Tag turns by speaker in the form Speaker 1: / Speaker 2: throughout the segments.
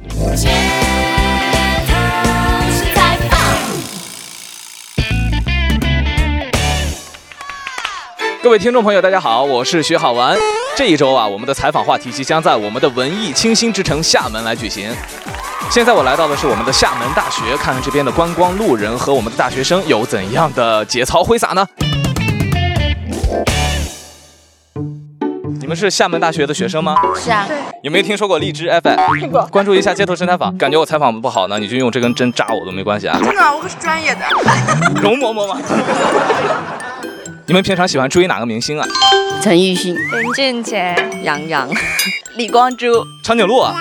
Speaker 1: 街头是在放。
Speaker 2: 各位听众朋友，大家好，我是徐好玩。这一周啊，我们的采访话题即将在我们的文艺清新之城厦门来举行。现在我来到的是我们的厦门大学，看看这边的观光路人和我们的大学生有怎样的节操挥洒呢？你们是厦门大学的学生吗？
Speaker 3: 是啊，
Speaker 2: 有没有听说过荔枝 FM？关注一下街头神采访。感觉我采访不好呢，你就用这根针扎我都没关系啊。
Speaker 3: 真的，我可是专业的。
Speaker 2: 容嬷嬷吗？你们平常喜欢追哪个明星啊？
Speaker 4: 陈奕迅、
Speaker 3: 林俊杰、
Speaker 4: 杨洋，
Speaker 3: 李光洙、
Speaker 2: 长颈鹿啊？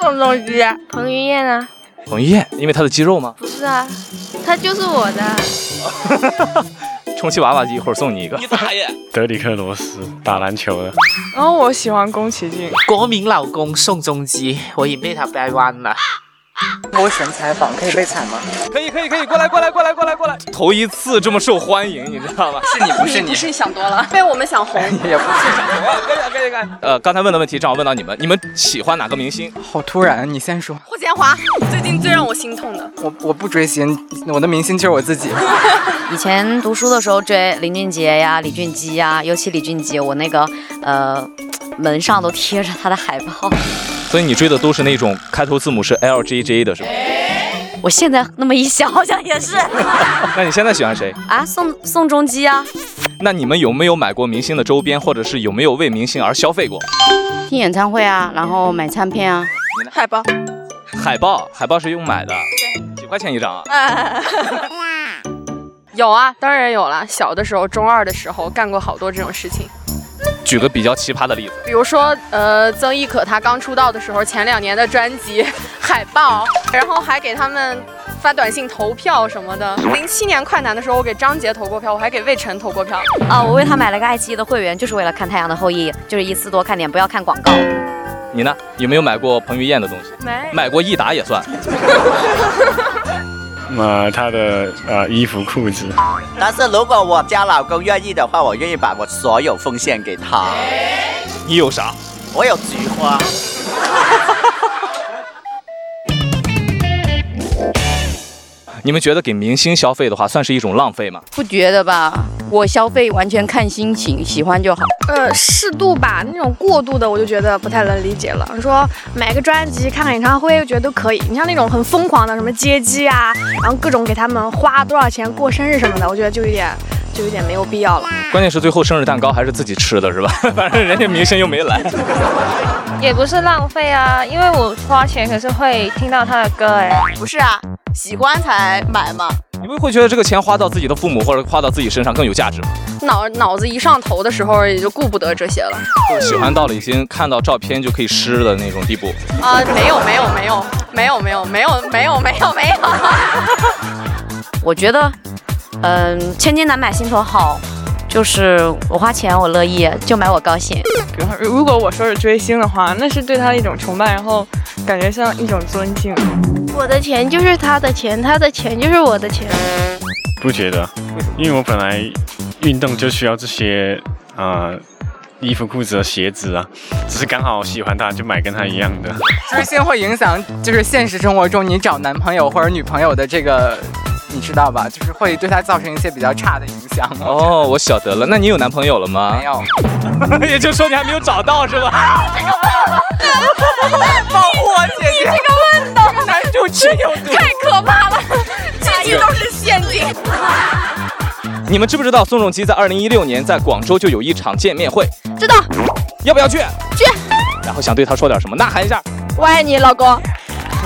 Speaker 3: 宋仲基、
Speaker 5: 彭于晏啊，
Speaker 2: 彭于晏，因为他的肌肉吗？
Speaker 5: 不是啊，他就是我的。
Speaker 2: 充气娃娃一会儿送你一个。你大爷！
Speaker 6: 德里克罗斯打篮球的，
Speaker 3: 然后我喜欢宫崎骏，
Speaker 7: 国民老公宋仲基，我已经被他掰弯了。
Speaker 4: 我想采访，可以被采吗？
Speaker 2: 可以可以可以，过来过来过来过来过来。头一次这么受欢迎，你知道吗？
Speaker 4: 是你不是你，
Speaker 8: 是想多了，被我们想红。
Speaker 4: 也不是。
Speaker 2: 可以啊可以可以。呃，刚才问的问题正好问到你们，你们喜欢哪个明星？
Speaker 4: 好突然，你先说。
Speaker 8: 霍建华最近最让我心痛的，
Speaker 4: 我我不追星，我的明星就是我自己。
Speaker 3: 以前读书的时候追林俊杰呀、李俊基呀，尤其李俊基，我那个呃门上都贴着他的海报。
Speaker 2: 所以你追的都是那种开头字母是 L J J 的，是吧？
Speaker 3: 我现在那么一想，好像也是
Speaker 2: 那你现在喜欢谁？
Speaker 3: 啊，宋宋仲基啊，
Speaker 2: 那你们有没有买过明星的周边，或者是有没有为明星而消费过？
Speaker 4: 听演唱会啊，然后买唱片啊。
Speaker 8: 海报。
Speaker 2: 海报，海报是用买的，几块钱一张啊？
Speaker 8: 嗯 有啊，当然有了。小的时候，中二的时候干过好多这种事情，
Speaker 2: 举个比较奇葩的例子，
Speaker 8: 比如说，呃，曾轶可她刚出道的时候，前两年的专辑海报，然后还给他们发短信投票什么的。零七年快男的时候，我给张杰投过票，我还给魏晨投过票。
Speaker 3: 啊，我为他买了个爱奇艺的会员，就是为了看《太阳的后裔》，就是一次多看点，不要看广告。
Speaker 2: 你呢？有没有买过彭于晏的东西？
Speaker 8: 没
Speaker 2: 买过益达也算。
Speaker 6: 呃，他的呃衣服、裤子，
Speaker 9: 但是如果我家老公愿意的话，我愿意把我所有奉献给他。
Speaker 2: 你有啥？
Speaker 9: 我有菊花，
Speaker 2: 你们觉得给明星消费的话，算是一种浪费吗？
Speaker 4: 不觉得吧？我消费完全看心情，喜欢就好。
Speaker 5: 呃，适度吧，那种过度的我就觉得不太能理解了。你说买个专辑、看看演唱会，我觉得都可以。你像那种很疯狂的，什么接机啊，然后各种给他们花多少钱过生日什么的，我觉得就有点就有点没有必要了。
Speaker 2: 关键是最后生日蛋糕还是自己吃的，是吧？ 反正人家明星又没来。
Speaker 10: 也不是浪费啊，因为我花钱可是会听到他的歌哎。
Speaker 3: 不是啊，喜欢才买嘛。
Speaker 2: 你们会觉得这个钱花到自己的父母或者花到自己身上更有价值吗？
Speaker 8: 脑脑子一上头的时候，也就顾不得这些了。
Speaker 2: 就是喜欢到了已经看到照片就可以湿的那种地步。
Speaker 8: 啊、没有，没有，没有，没有，没有，没有，没有，没有，没有。
Speaker 3: 我觉得，嗯、千金难买心头好，就是我花钱我乐意，就买我高兴。
Speaker 11: 如果我说是追星的话，那是对他的一种崇拜，然后感觉像一种尊敬。
Speaker 5: 我的钱就是他的钱，他的钱就是我的钱。
Speaker 6: 不觉得？因为我本来运动就需要这些呃衣服、裤子、和鞋子啊，只是刚好喜欢他，就买跟他一样的。
Speaker 4: 追星会影响，就是现实生活中你找男朋友或者女朋友的这个，你知道吧？就是会对他造成一些比较差的影响。
Speaker 2: 哦，我晓得了。那你有男朋友了吗？
Speaker 4: 没有，
Speaker 2: 也就是说你还没有找到是吧？
Speaker 4: 保护我姐姐。这个问的，男主持有毒。
Speaker 2: 你们知不知道宋仲基在二零一六年在广州就有一场见面会？
Speaker 5: 知道，
Speaker 2: 要不要去？去。然后想对他说点什么，呐喊一下。
Speaker 5: 我爱你，老公。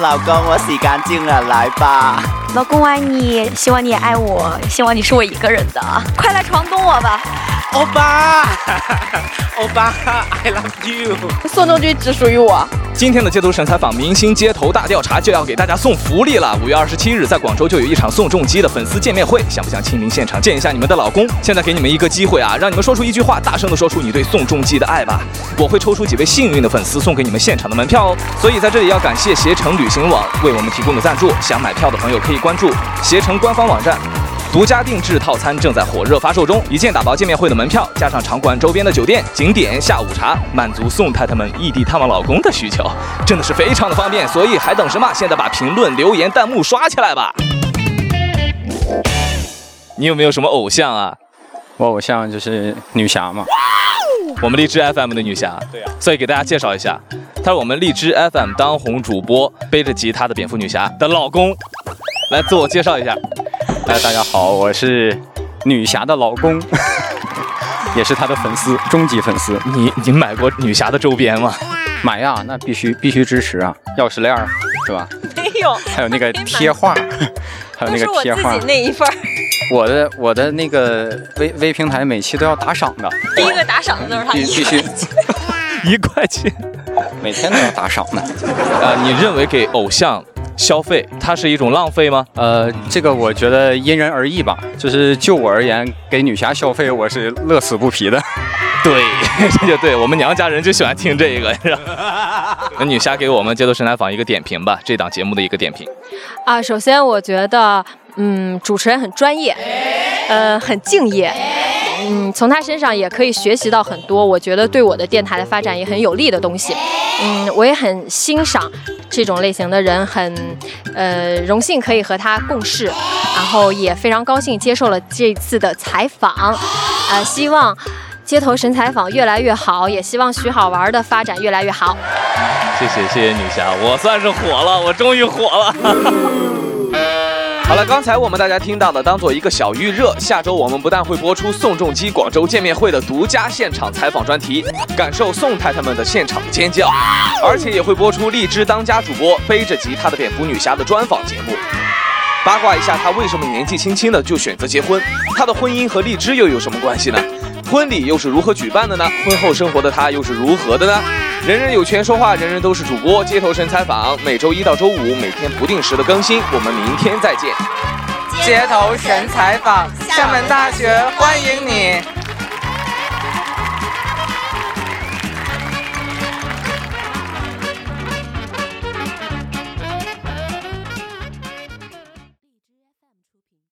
Speaker 9: 老公，我洗干净了，来吧。
Speaker 3: 老公我爱你，希望你也爱我，希望你是我一个人的，啊快来床咚我吧。
Speaker 6: 欧巴，欧巴，I love you。
Speaker 8: 宋仲基只属于我。
Speaker 2: 今天的街头神采访明星街头大调查就要给大家送福利了。五月二十七日，在广州就有一场宋仲基的粉丝见面会，想不想亲临现场见一下你们的老公？现在给你们一个机会啊，让你们说出一句话，大声的说出你对宋仲基的爱吧。我会抽出几位幸运的粉丝送给你们现场的门票哦。所以在这里要感谢携程旅行网为我们提供的赞助，想买票的朋友可以关注携程官方网站。独家定制套餐正在火热发售中，一键打包见面会的门票，加上场馆周边的酒店、景点、下午茶，满足宋太太们异地探望老公的需求，真的是非常的方便。所以还等什么？现在把评论、留言、弹幕刷起来吧！你有没有什么偶像啊？
Speaker 1: 我偶像就是女侠嘛。
Speaker 2: 我们荔枝 FM 的女侠，对呀、所以给大家介绍一下，她是我们荔枝 FM 当红主播，背着吉他的蝙蝠女侠的老公，来自我介绍一下。
Speaker 1: 哎，大家好，我是女侠的老 公，也是她的粉丝，终极粉丝。
Speaker 2: 你你买过女侠的周边吗？
Speaker 1: 买
Speaker 4: 啊
Speaker 1: 呀，那必须必须支持啊！钥匙链儿是吧？
Speaker 8: 没有，
Speaker 1: 还有那个贴画，还有
Speaker 8: 都
Speaker 1: 那
Speaker 8: 哎是
Speaker 1: 个
Speaker 8: 我
Speaker 1: 贴画
Speaker 8: 自己。那一份儿，
Speaker 1: 我的我的那个微微平台每期都要打赏的，
Speaker 8: 第一个打赏的就是他，
Speaker 1: 必必须
Speaker 2: 一块钱，
Speaker 1: 每天都要打赏的。
Speaker 2: 呃，你认为给偶像消费，它是一种浪费吗？
Speaker 1: 呃，这个我觉得因人而异吧。就是就我而言，给女侠消费我是乐此不疲的。
Speaker 2: 对，这就对我们娘家人就喜欢听这个，是吧？那女侠给我们《街头神探访》一个点评吧，这档节目的一个点评。
Speaker 8: 啊，首先我觉得，嗯，主持人很专业，呃，很敬业，嗯，从他身上也可以学习到很多，我觉得对我的电台的发展也很有利的东西。嗯，我也很欣赏这种类型的人，很呃荣幸可以和他共事，然后也非常高兴接受了这次的采访，呃，希望。街头神采访越来越好，也希望徐好玩的发展越来越好。
Speaker 2: 谢谢谢谢女侠，我算是火了，我终于火了。 好了，刚才我们大家听到的，当做一个小预热。下周我们不但会播出宋仲基广州见面会的独家现场采访专题，感受宋太太们的现场尖叫，而且也会播出荔枝当家主播背着吉他的蝙蝠女侠的专访节目。八卦一下，她为什么年纪轻轻的就选择结婚？她的婚姻和荔枝又有什么关系呢？婚礼又是如何举办的呢？婚后生活的她又是如何的呢？人人有权说话，人人都是主播。街头神采访每周一到周五每天不定时的更新，我们明天再见。
Speaker 7: 街头神采访，厦门大学欢迎你。